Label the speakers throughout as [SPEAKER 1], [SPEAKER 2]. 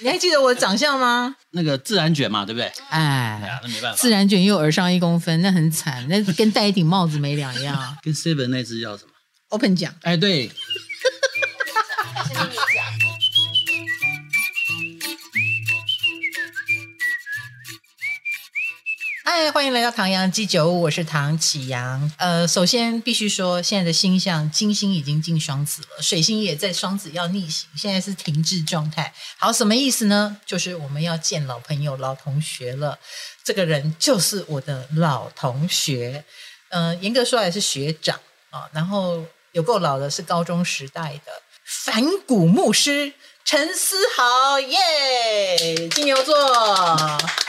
[SPEAKER 1] 你还记得我的长相吗？
[SPEAKER 2] 那个自然卷嘛，对不对？哎
[SPEAKER 1] 哎
[SPEAKER 2] 呀，，那没办法。
[SPEAKER 1] 自。然卷又耳上一公分，那很惨，那跟戴一顶帽子没两样
[SPEAKER 2] 跟 Seven 那只叫什么？
[SPEAKER 1] Open 讲，
[SPEAKER 2] 哎，对，
[SPEAKER 1] 嗨，欢迎来到唐阳鸡酒屋，我是唐启阳。呃，首先必须说，现在的星象，金星已经进双子了，水星也在双子要逆行，现在是停滞状态。好，什么意思呢？就是我们要见老朋友、老同学了。这个人就是我的老同学，呃，严格说来是学长啊，然后有够老的，是高中时代的反骨牧师陈思豪，耶，金牛座。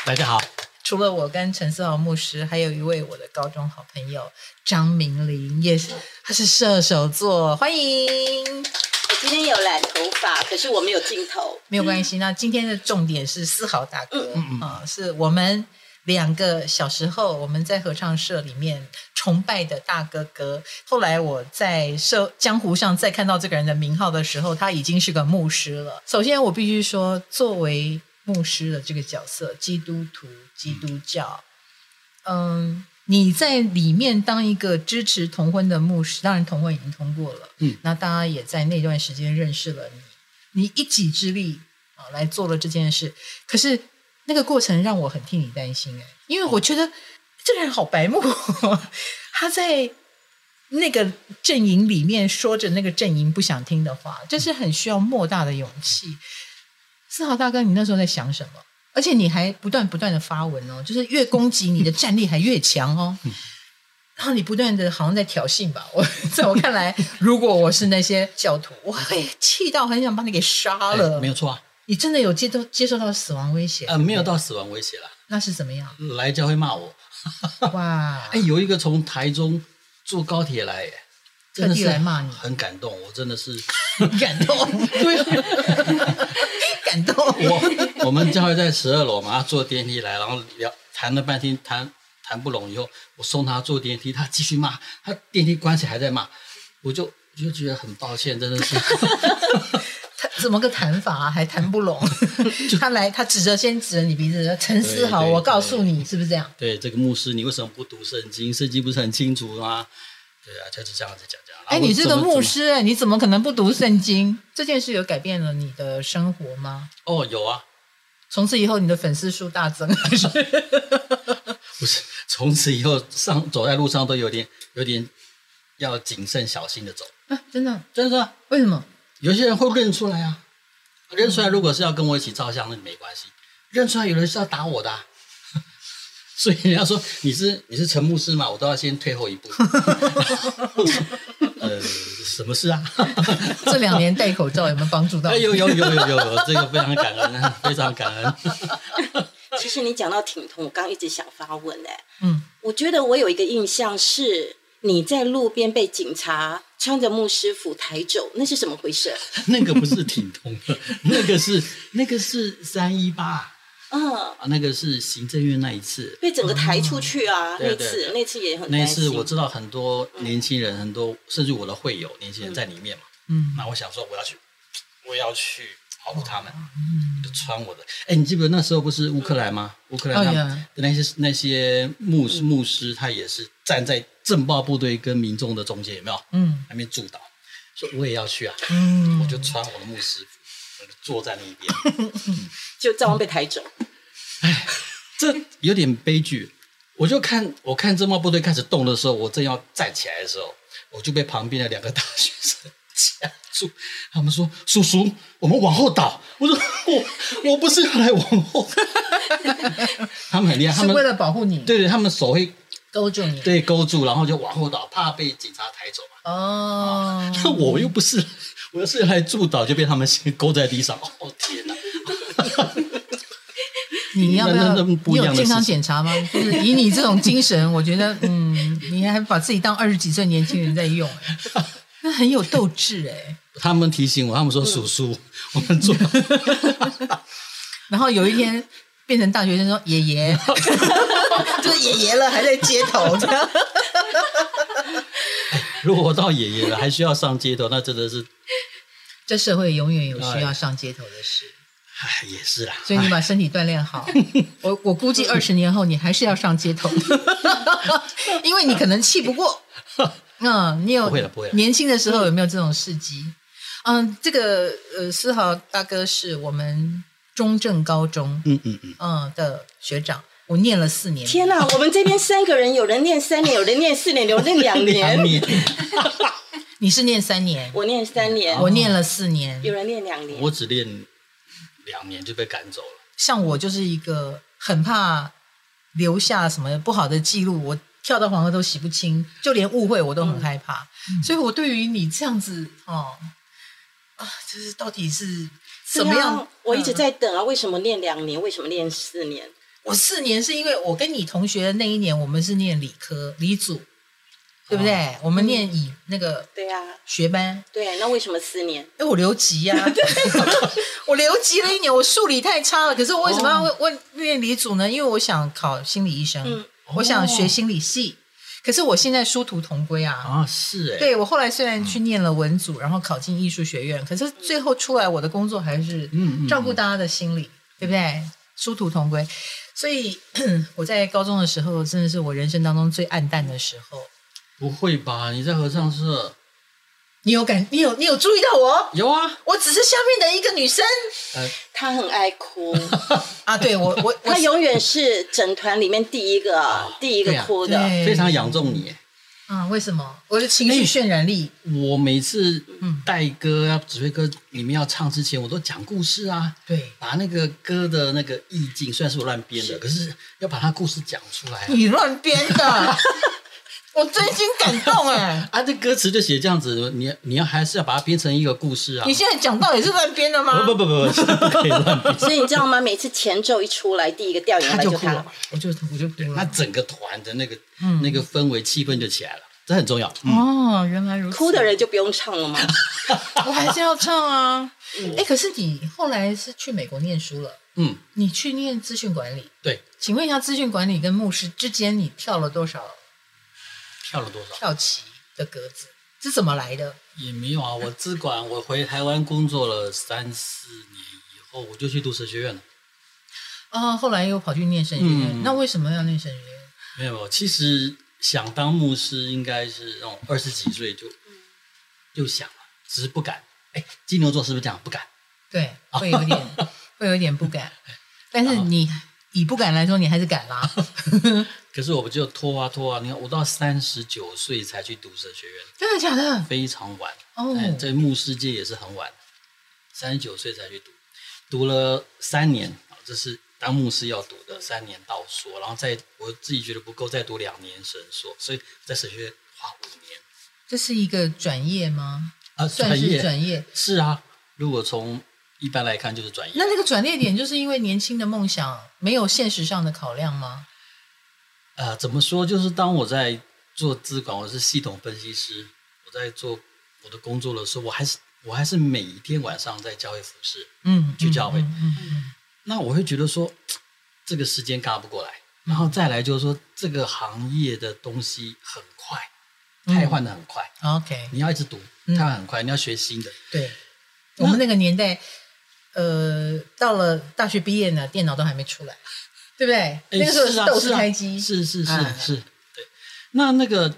[SPEAKER 2] 大家好，
[SPEAKER 1] 除了我跟陈思豪牧师，还有一位我的高中好朋友张明玲，也是，他是射手座，欢迎。
[SPEAKER 3] 我今天有染头发，可是我没有镜头。
[SPEAKER 1] 没有关系，那今天的重点是思豪大哥啊、是我们两个小时候我们在合唱社里面崇拜的大哥哥。后来我在社江湖上再看到这个人的名号的时候，他已经是个牧师了。首先，我必须说，作为牧师的这个角色，基督徒、基督教，嗯。你在里面当一个支持同婚的牧师，当然同婚已经通过了，
[SPEAKER 2] 嗯，
[SPEAKER 1] 那大家也在那段时间认识了你你一己之力啊来做了这件事，可是那个过程让我很替你担心哎，因为我觉得这个人好白目哦， 他在那个阵营里面说着那个阵营不想听的话，这是很需要莫大的勇气。思豪大哥，你那时候在想什么？而且你还不断不断的发文哦，就是越攻击你的战力还越强哦。然后你不断的好像在挑衅吧？我 在我看来，如果我是那些教徒，我会气到很想把你给杀了。
[SPEAKER 2] 哎没有错啊，
[SPEAKER 1] 你真的有接到接受到死亡威胁？
[SPEAKER 2] 呃，没有到死亡威胁啦，？
[SPEAKER 1] 那是怎么样
[SPEAKER 2] 来家会骂我。
[SPEAKER 1] 哇！
[SPEAKER 2] 哎，有一个从台中坐高铁来，哎真的
[SPEAKER 1] 特
[SPEAKER 2] 是
[SPEAKER 1] 地来骂你
[SPEAKER 2] 很感动，我真的是，
[SPEAKER 1] 感 动，
[SPEAKER 2] 对啊，
[SPEAKER 1] 感动。
[SPEAKER 2] 我我 们教会在十二楼嘛，他坐电梯来，然后聊谈了半天，谈谈不拢以后，我送他坐电梯，他继续骂，他电梯关起还在骂，我就我就觉得很抱歉，真的是，
[SPEAKER 1] 他怎么个谈法啊、还谈不 拢？他来，他指着先指着你鼻子说，陈思豪，
[SPEAKER 2] 对对
[SPEAKER 1] 我告诉你，是不是这样？
[SPEAKER 2] 对这个牧师，你为什么不读圣经？圣经不是很清楚吗？对啊，就是这样子讲讲。
[SPEAKER 1] 哎，
[SPEAKER 2] 然后我
[SPEAKER 1] 你是
[SPEAKER 2] 怎
[SPEAKER 1] 个
[SPEAKER 2] 么
[SPEAKER 1] 牧师，哎，你怎么可能不读圣经？这件事有改变了你的生活吗？
[SPEAKER 2] 怎么哦，有啊，
[SPEAKER 1] 从此以后，你的粉丝数大增，还 是
[SPEAKER 2] 不是，从此以后上走在路上都有点有点要谨慎小心的走，
[SPEAKER 1] 啊真的？
[SPEAKER 2] 真的是啊，
[SPEAKER 1] 为什么？
[SPEAKER 2] 有些人会认出来啊，认出来如果是要跟我一起照相，那没关系，认出来有人是要打我的、啊。 所以人家说你是你是陈牧师嘛，我都要先退后一步。 我说呃，什么事啊？
[SPEAKER 1] 这两年戴口罩有没有帮助到
[SPEAKER 2] 哎，
[SPEAKER 1] 你？
[SPEAKER 2] 有有有有有有，这个非常感恩，啊非常感恩。
[SPEAKER 3] 其实你讲到挺痛，我刚一直想发问哎、
[SPEAKER 1] 嗯，
[SPEAKER 3] 我觉得我有一个印象是你在路边被警察穿着牧师服抬走，那是怎么回事？
[SPEAKER 2] 那个不是挺通的，那个是那个是三一八啊，
[SPEAKER 3] 嗯，
[SPEAKER 2] 那个是行政院那一次。
[SPEAKER 3] 被整个抬出去啊，
[SPEAKER 2] 对
[SPEAKER 3] 那
[SPEAKER 2] 对
[SPEAKER 3] 次
[SPEAKER 2] 对
[SPEAKER 3] 那次也很
[SPEAKER 2] 那一
[SPEAKER 3] 担
[SPEAKER 2] 次
[SPEAKER 3] 心。
[SPEAKER 2] 我知道很多年轻人，很多甚至我的会友，年轻人在里面嘛。
[SPEAKER 1] 嗯，哦
[SPEAKER 2] 那我想说我要去，我要去保护他们，
[SPEAKER 1] 嗯
[SPEAKER 2] 就穿我的。哎，你记不记得那时候不是乌克兰吗？乌克兰他
[SPEAKER 1] 哦
[SPEAKER 2] 们那些那些牧
[SPEAKER 3] 嗯
[SPEAKER 2] 师牧师，他也是站在政暴部队跟民众的中间，有没有？
[SPEAKER 1] 嗯
[SPEAKER 2] 那边助导，说我也要去啊，
[SPEAKER 1] 嗯，
[SPEAKER 2] 我就穿我的牧师服，我就坐在那一边，
[SPEAKER 3] 就照样被抬走，
[SPEAKER 2] 这有点悲剧。我就看我看政贸部队开始动的时候，我正要站起来的时候，我就被旁边的两个大学生掐住，他们说：“叔叔，我们往后倒。”我说：“我我不是要来往后。” 他们很厉害，他
[SPEAKER 1] 是为
[SPEAKER 2] 们
[SPEAKER 1] 了保护你，
[SPEAKER 2] 对对，他们手会
[SPEAKER 1] 勾住你。
[SPEAKER 2] 对勾住，然后就往后倒，怕被警察抬走嘛。
[SPEAKER 1] 哦，
[SPEAKER 2] 那我又不是，我要是来助导，就被他们先勾在地上。哦天哪！
[SPEAKER 1] 你要不
[SPEAKER 2] 那
[SPEAKER 1] 要？
[SPEAKER 2] 那那不
[SPEAKER 1] 你
[SPEAKER 2] 一样
[SPEAKER 1] 有
[SPEAKER 2] 的
[SPEAKER 1] 健康
[SPEAKER 2] 事情
[SPEAKER 1] 检查吗？就是以你这种精 神，我觉得，嗯，你还把自己当二十几岁年轻人在 用、哎那很有斗志哎、
[SPEAKER 2] 他们提醒我，他们
[SPEAKER 1] 嗯
[SPEAKER 2] 说：“叔叔，我们做。
[SPEAKER 1] 然后有一天变成大学生说爷 爷， 就是爷爷了，还在街头这样。
[SPEAKER 2] 如果我到爷爷了，还需要上街头，那真的是
[SPEAKER 1] 这社会永远有需要上街头的事。
[SPEAKER 2] 哎，也是啦。
[SPEAKER 1] 所以你
[SPEAKER 2] 哎
[SPEAKER 1] 把身体锻炼 好，我我估计二十年后你还是要上街头，因为你可能气不过。 嗯，你有
[SPEAKER 2] 不会了不会了
[SPEAKER 1] 年轻的时候有没有这种事迹？嗯，这个呃，思豪大哥是我们中正高中
[SPEAKER 2] 嗯嗯嗯，
[SPEAKER 1] 嗯的学长，我念了四年。
[SPEAKER 3] 天哪、 我们这边三个人，有人念三年，有人念四年，有人念两
[SPEAKER 2] 两
[SPEAKER 3] 年，
[SPEAKER 2] 年，
[SPEAKER 1] 你是念三年，
[SPEAKER 3] 我念三年，
[SPEAKER 1] 我念了四年。
[SPEAKER 3] 有人念两年。
[SPEAKER 2] 我只练两年就被赶走了。
[SPEAKER 1] 像我就是一个很怕留下什么不好的记录，我跳到黄河都洗不清，就连误会我
[SPEAKER 3] 嗯
[SPEAKER 1] 都很害怕。所以我对于你这样子哦啊，就是到底是怎么
[SPEAKER 3] 对
[SPEAKER 1] 样？
[SPEAKER 3] 啊我一直
[SPEAKER 1] 嗯
[SPEAKER 3] 在等啊，为什么念两年？为什么念四年？
[SPEAKER 1] 我四年是因为我跟你同学那一年，我们是念理科理组，对
[SPEAKER 3] 哦
[SPEAKER 1] 不对？我
[SPEAKER 3] 嗯
[SPEAKER 1] 们念乙那个
[SPEAKER 3] 对啊，
[SPEAKER 1] 学班。
[SPEAKER 3] 对，那为什么四年？
[SPEAKER 1] 哎，我留级呀、 我留级了一年，我数理太差了。可是我为什么要问问念理组呢？因为我想考心理医生，
[SPEAKER 3] 嗯
[SPEAKER 1] 我想学心理系。可是我现在殊途同归啊。
[SPEAKER 2] 啊，是哎、
[SPEAKER 1] 对我后来虽然去念了文组，然后考进艺术学院，可是最后出来我的工作还是
[SPEAKER 2] 嗯嗯嗯
[SPEAKER 1] 照顾大家的心理，对不对？殊途同归。所以 我在高中的时候，真的是我人生当中最暗淡的时候。
[SPEAKER 2] 不会吧？你在合唱社
[SPEAKER 1] 你有感，你有你有注意到我？
[SPEAKER 2] 有啊？
[SPEAKER 1] 我只是下面的一个女生
[SPEAKER 2] 呃，
[SPEAKER 3] 他很爱哭，
[SPEAKER 1] 啊！对我 我我
[SPEAKER 3] 他永远是整团里面第一个第一
[SPEAKER 2] 对
[SPEAKER 3] 个
[SPEAKER 2] 啊
[SPEAKER 3] 哭的。
[SPEAKER 1] 对
[SPEAKER 2] 非常仰重你欸、
[SPEAKER 1] 啊，为什么？我的情绪渲染力，
[SPEAKER 2] 我每次
[SPEAKER 1] 嗯
[SPEAKER 2] 带歌啊、指挥歌，你们要唱之前，我都讲故事啊，
[SPEAKER 1] 对
[SPEAKER 2] 把那个歌的那个意境，虽然是我乱编的，可是要把它故事讲出来啊。
[SPEAKER 1] 你乱编 的，我真心感动 哎！
[SPEAKER 2] 啊，这歌词就写这样子，你你要还是要把它编成一个故事啊
[SPEAKER 1] 你。现在讲到也是乱编的吗？
[SPEAKER 2] 不不不不，不是不可以乱 编。
[SPEAKER 3] 所以你知道吗？每次前奏一出来，第一个调研
[SPEAKER 2] 他
[SPEAKER 3] 来
[SPEAKER 2] 就
[SPEAKER 3] 就
[SPEAKER 2] 哭
[SPEAKER 3] 他
[SPEAKER 2] 了。，
[SPEAKER 1] 我就我就哭
[SPEAKER 2] 那
[SPEAKER 1] 了。
[SPEAKER 2] 整个团的那个、
[SPEAKER 1] 嗯
[SPEAKER 2] 那个氛围气氛就起来了，这很重要。嗯，
[SPEAKER 1] 哦，原来如此。
[SPEAKER 3] 哭的人就不用唱了吗？
[SPEAKER 1] 我还是要唱 啊。哎，可是你后来是去美国念书了，
[SPEAKER 2] 嗯
[SPEAKER 1] 你去念资讯管理，
[SPEAKER 2] 对，
[SPEAKER 1] 请问一下，资讯管理跟牧师之间你跳了多少
[SPEAKER 2] 跳了多少？
[SPEAKER 1] 跳棋的格子？是怎么来的？
[SPEAKER 2] 也没有啊，我资管我回台湾工作了三四年以后，我就去读神学院了。
[SPEAKER 1] 哦，后来又跑去念神学院，
[SPEAKER 2] 嗯
[SPEAKER 1] 那为什么要念神学院？
[SPEAKER 2] 没有，其实想当牧师应该是那种二十几岁就就想了，只是不敢。哎，金牛座是不是这样？不敢。
[SPEAKER 1] 对，会有 点，会有点不敢。但是你以不敢来说，你还是敢 啦。
[SPEAKER 2] 可是我不就拖啊拖啊，你看我到三十九岁才去读神学院，
[SPEAKER 1] 真的假的？
[SPEAKER 2] 非常晚。
[SPEAKER 1] 哦
[SPEAKER 2] 哎，在牧师界也是很晚，三十九岁才去读，读了三年啊，这是当牧师要读的三年道硕，然后再我自己觉得不够，再读两年神硕，所以在神学院花五年
[SPEAKER 1] 这是一个转业吗？
[SPEAKER 2] 啊，
[SPEAKER 1] 算
[SPEAKER 2] 转
[SPEAKER 1] 是
[SPEAKER 2] 业
[SPEAKER 1] 转业。
[SPEAKER 2] 是啊，如果从一般来看就是转业
[SPEAKER 1] 那，那个转捩点，就是因为年轻的梦想没有现实上的考量吗？
[SPEAKER 2] 呃，怎么说？就是当我在做资管，我是系统分析师，我在做我的工作的时候，我还是我还是每一天晚上在教会服侍，
[SPEAKER 1] 嗯，
[SPEAKER 2] 去教会
[SPEAKER 1] 嗯嗯嗯嗯
[SPEAKER 2] 那我会觉得说，这个时间嘎不过来，
[SPEAKER 1] 嗯
[SPEAKER 2] 然后再来就是说，这个行业的东西很快，
[SPEAKER 1] 嗯
[SPEAKER 2] 汰换的很快，
[SPEAKER 1] 嗯 OK，
[SPEAKER 2] 你要一直读，
[SPEAKER 1] 嗯
[SPEAKER 2] 汰换很快，你要学新的，
[SPEAKER 1] 对，
[SPEAKER 2] 那
[SPEAKER 1] 我们那个年代，呃，到了大学毕业呢，电脑都还没出来，对不对？
[SPEAKER 2] 哎
[SPEAKER 1] 那个时候
[SPEAKER 2] 是啊
[SPEAKER 1] 豆
[SPEAKER 2] 是
[SPEAKER 1] 子
[SPEAKER 2] 啊
[SPEAKER 1] 开机，
[SPEAKER 2] 是是是
[SPEAKER 1] 哎
[SPEAKER 2] 是，对。那那个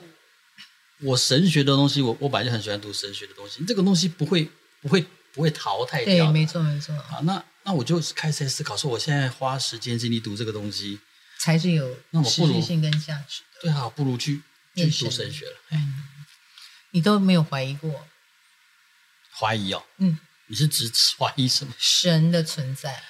[SPEAKER 2] 我神学的东西，我我本来就很喜欢读神学的东西，这个东西不会不会不会淘汰
[SPEAKER 1] 对
[SPEAKER 2] 掉，的
[SPEAKER 1] 没错没错，
[SPEAKER 2] 啊。那那我就开始在思考说，我现在花时间精力读这个东西，
[SPEAKER 1] 才是有
[SPEAKER 2] 那我不
[SPEAKER 1] 持
[SPEAKER 2] 如
[SPEAKER 1] 续性跟价值的。
[SPEAKER 2] 对啊，不如去去
[SPEAKER 1] 念
[SPEAKER 2] 读
[SPEAKER 1] 神
[SPEAKER 2] 神学了。
[SPEAKER 1] 你都没有怀疑过，
[SPEAKER 2] 怀疑哦，
[SPEAKER 1] 嗯，
[SPEAKER 2] 你是指 怀疑什么？
[SPEAKER 1] 神的存在。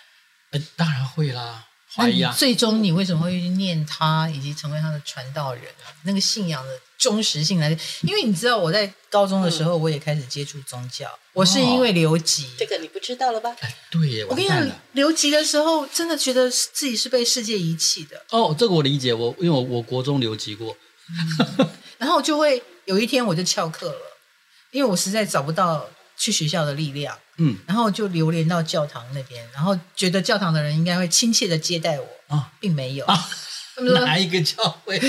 [SPEAKER 2] 呃，当然会啦，
[SPEAKER 1] 那
[SPEAKER 2] 怀疑
[SPEAKER 1] 你
[SPEAKER 2] 啊。
[SPEAKER 1] 最终你为什么会去念他，以及成为他的传道人啊？那个信仰的忠实性来自，因为你知道我在高中的时候，我也开始接触宗教，
[SPEAKER 2] 哦
[SPEAKER 1] 我是因为留级。
[SPEAKER 3] 这个你不知道了吧？
[SPEAKER 2] 哎，对耶，
[SPEAKER 1] 我跟
[SPEAKER 2] 完
[SPEAKER 1] 你
[SPEAKER 2] 蛋
[SPEAKER 1] 讲
[SPEAKER 2] 了。，
[SPEAKER 1] 留级的时候真的觉得是自己是被世界遗弃的，
[SPEAKER 2] 哦，这个我理解，我因为我我国中留级过，
[SPEAKER 1] 然后就会有一天我就翘课了，因为我实在找不到去学校的力量，
[SPEAKER 2] 嗯
[SPEAKER 1] 然后就流连到教堂那边，然后觉得教堂的人应该会亲切的接待我，
[SPEAKER 2] 啊
[SPEAKER 1] 并没有。嗯
[SPEAKER 2] 啊，
[SPEAKER 1] 他们说
[SPEAKER 2] 哪一个教 会？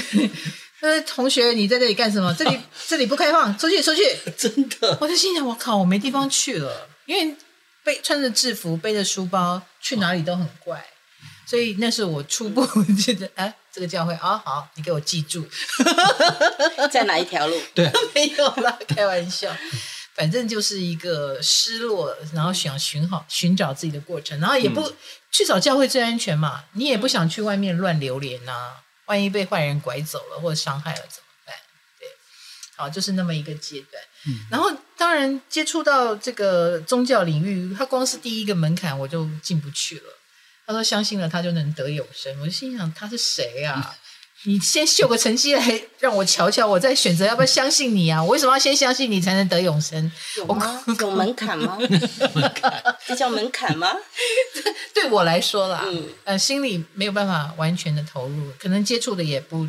[SPEAKER 1] 呃，同学，你在这里干什么？这里这里不开放，出去出去！
[SPEAKER 2] 真的
[SPEAKER 1] 我就心想，我靠，我没地方去了，因为背穿着制服，背着书包去哪里都很怪。所以那是我初步觉得，哎、这个教会啊、好，你给我记住，
[SPEAKER 3] 在哪一条路？
[SPEAKER 2] 对，
[SPEAKER 1] 没有啦，开玩笑。反正就是一个失落，然后想寻好寻找自己的过程，然后也不、去找教会最安全嘛，你也不想去外面乱流连呐、万一被坏人拐走了或者伤害了怎么办？对，好，就是那么一个阶段。然后当然接触到这个宗教领域，他光是第一个门槛我就进不去了。他说相信了他就能得永生，我就心想他是谁啊？你先秀个成绩来让我瞧瞧，我再选择要不要相信你啊？我为什么要先相信你才能得永生？
[SPEAKER 3] 有吗？有门槛吗？这叫门槛吗？
[SPEAKER 1] 对我来说啦，
[SPEAKER 3] 嗯
[SPEAKER 1] 呃，心里没有办法完全的投入，可能接触的也不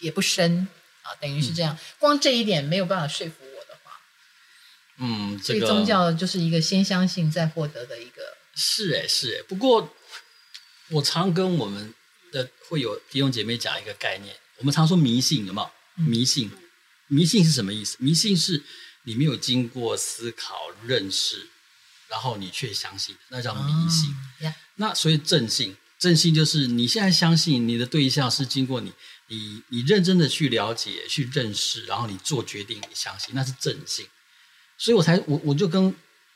[SPEAKER 1] 也不深啊，等于是这样。光这一点没有办法说服我的话，
[SPEAKER 2] 嗯，
[SPEAKER 1] 所
[SPEAKER 2] 这
[SPEAKER 1] 以
[SPEAKER 2] 个
[SPEAKER 1] 宗教就是一个先相信再获得的一个，
[SPEAKER 2] 是哎是哎，不过我常跟我们的会有弟兄姐妹讲一个概念，我们常说迷信，有没
[SPEAKER 1] 嗯
[SPEAKER 2] 有？迷信，迷信是什么意思？迷信是你没有经过思考、认识，然后你却相信，那叫迷信。
[SPEAKER 1] 嗯呀，
[SPEAKER 2] 那所以正信，正信就是你现在相信你的对象是经过你，你你认真的去了解、去认识，然后你做决定，你相信，那是正信。所以我才我我就跟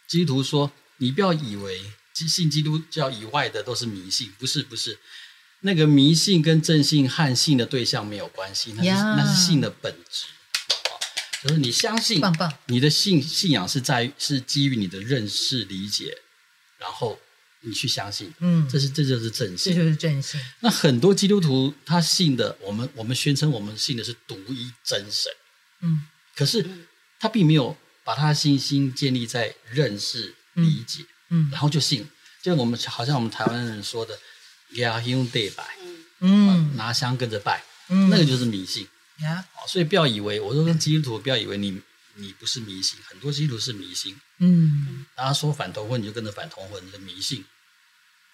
[SPEAKER 2] 基督徒说，你不要以为基信基督教以外的都是迷信，不是不是，那个迷信跟正信和信的对象没有关系，那是
[SPEAKER 1] Yeah
[SPEAKER 2] 那是信的本质。就是你相信，
[SPEAKER 1] 棒棒
[SPEAKER 2] 你的信信仰是在于是基于你的认识理解，然后你去相信，
[SPEAKER 1] 嗯
[SPEAKER 2] 这是这就是正
[SPEAKER 1] 这
[SPEAKER 2] 信。
[SPEAKER 1] 就是正信，
[SPEAKER 2] 那很多基督徒他信的，我们我们宣称我们信的是独一真神，
[SPEAKER 1] 嗯
[SPEAKER 2] 可是他并没有把他的信心建立在认识、
[SPEAKER 1] 嗯
[SPEAKER 2] 理解，
[SPEAKER 1] 嗯
[SPEAKER 2] 然后就信了。就我们好像我们台湾人说的“呀，用对拜
[SPEAKER 1] 嗯”，
[SPEAKER 2] 拿香跟着拜，
[SPEAKER 1] 嗯，
[SPEAKER 2] 那个就是迷信。
[SPEAKER 1] 呀，
[SPEAKER 2] 哦所以不要以为，我说跟基督徒不要以为你你不是迷信，很多基督徒是迷信。
[SPEAKER 1] 嗯
[SPEAKER 2] 大家说反同婚，你就跟着反同婚，你的迷信。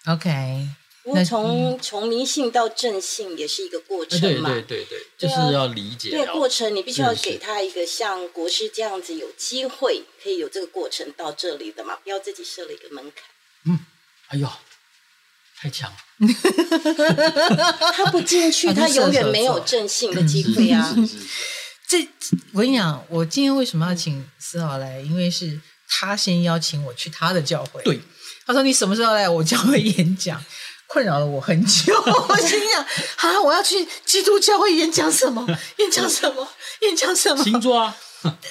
[SPEAKER 1] ，OK，
[SPEAKER 3] 不过
[SPEAKER 1] 那
[SPEAKER 3] 从从迷信到正信也是一个过
[SPEAKER 2] 哎
[SPEAKER 3] 程
[SPEAKER 2] 对
[SPEAKER 3] 嘛。
[SPEAKER 2] 对对对，就
[SPEAKER 3] 对
[SPEAKER 2] 是
[SPEAKER 3] 啊
[SPEAKER 2] 要理解。
[SPEAKER 3] 这个
[SPEAKER 2] 要
[SPEAKER 3] 过程，你必须要
[SPEAKER 2] 认识
[SPEAKER 3] 给他一个像国师这样子有机会，可以有这个过程到这里的嘛，不要自己设了一个门槛。
[SPEAKER 2] 哎呦，太强了！
[SPEAKER 3] 他不进去，
[SPEAKER 1] 啊
[SPEAKER 3] 他
[SPEAKER 1] 就射手
[SPEAKER 3] 永远没有
[SPEAKER 1] 座
[SPEAKER 3] 正信的机会啊。
[SPEAKER 2] 是是是是
[SPEAKER 1] 这我跟你讲，我今天为什么要请思豪来？因为是他先邀请我去他的教会。
[SPEAKER 2] 对，
[SPEAKER 1] 他说你什么时候来我教会演讲？困扰了我很久。我心想啊，我要去基督教会演讲什么？演讲什么？演讲什么？
[SPEAKER 2] 星座啊，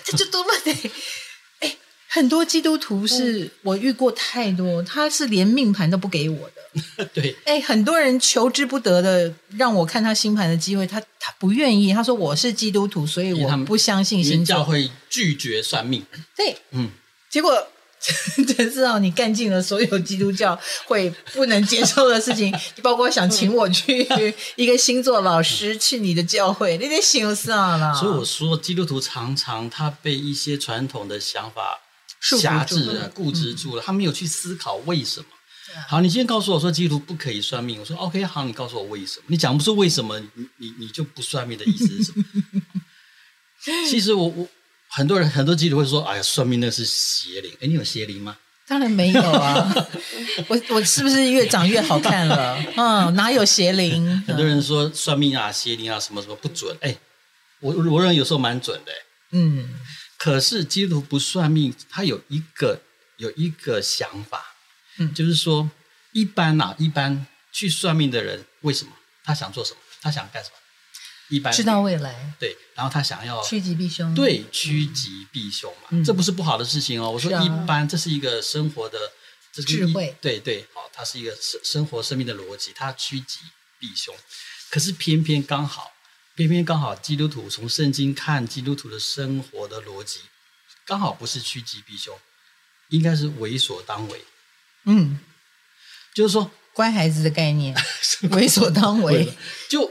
[SPEAKER 1] 这就多么得。哎，很多基督徒
[SPEAKER 2] 嗯
[SPEAKER 1] 是我遇过太多，他是连命盘都不给我的。
[SPEAKER 2] 对，
[SPEAKER 1] 哎，很多人求之不得的，让我看他星盘的机会，他他不愿意。他说我是基督徒，所以
[SPEAKER 2] 因为他
[SPEAKER 1] 我
[SPEAKER 2] 们
[SPEAKER 1] 不相信
[SPEAKER 2] 因为
[SPEAKER 1] 星
[SPEAKER 2] 教
[SPEAKER 1] 座。
[SPEAKER 2] 会拒绝算命。
[SPEAKER 1] 对，
[SPEAKER 2] 嗯，
[SPEAKER 1] 结果 陈思豪，你干尽了所有基督教会不能接受的事情，你包括想请我去一个星座老师去你的教会，那天想死啊了。
[SPEAKER 2] 所以我说，基督徒常常他被一些传统的想法
[SPEAKER 1] 束缚住
[SPEAKER 2] 辖制了、
[SPEAKER 1] 嗯
[SPEAKER 2] 固执住了，他没有去思考为什么
[SPEAKER 1] 对啊。
[SPEAKER 2] 好，你今天告诉我说基督徒不可以算命，我说 OK，好，你告诉我为什么？你讲不出为什么，你你你就不算命的意思是什 么？其实我我很多人很多基督徒会说，哎呀，算命那是邪灵。哎，你有邪灵吗？
[SPEAKER 1] 当然没有啊， 我我是不是越长越好看 了？嗯，哪有邪灵？
[SPEAKER 2] 很多人说算命啊、邪灵啊什么什么不准，哎，我我认为有时候蛮准的。哎
[SPEAKER 1] 嗯
[SPEAKER 2] 可是基督徒不算命，他有一个有一个想法，
[SPEAKER 1] 嗯
[SPEAKER 2] 就是说一般啊，一般去算命的人为什么他想做什么，他想干什么？一般
[SPEAKER 1] 知道未来，
[SPEAKER 2] 对，然后他想要
[SPEAKER 1] 趋吉避凶。，
[SPEAKER 2] 对趋吉避凶嘛，
[SPEAKER 1] 嗯
[SPEAKER 2] 这不是不好的事情哦。我说
[SPEAKER 1] 是啊
[SPEAKER 2] 一般，这是一个生活的这是一
[SPEAKER 1] 智慧
[SPEAKER 2] 对对，好，它是一个生生活生命的逻辑，它趋吉避凶。可是偏偏刚好，偏偏刚好，基督徒从圣经看基督徒的生活的逻辑，刚好不是趋吉避凶，应该是为所当为，
[SPEAKER 1] 嗯，
[SPEAKER 2] 就是说
[SPEAKER 1] 乖孩子的概 念，为所当
[SPEAKER 2] 为
[SPEAKER 1] 为
[SPEAKER 2] 了。就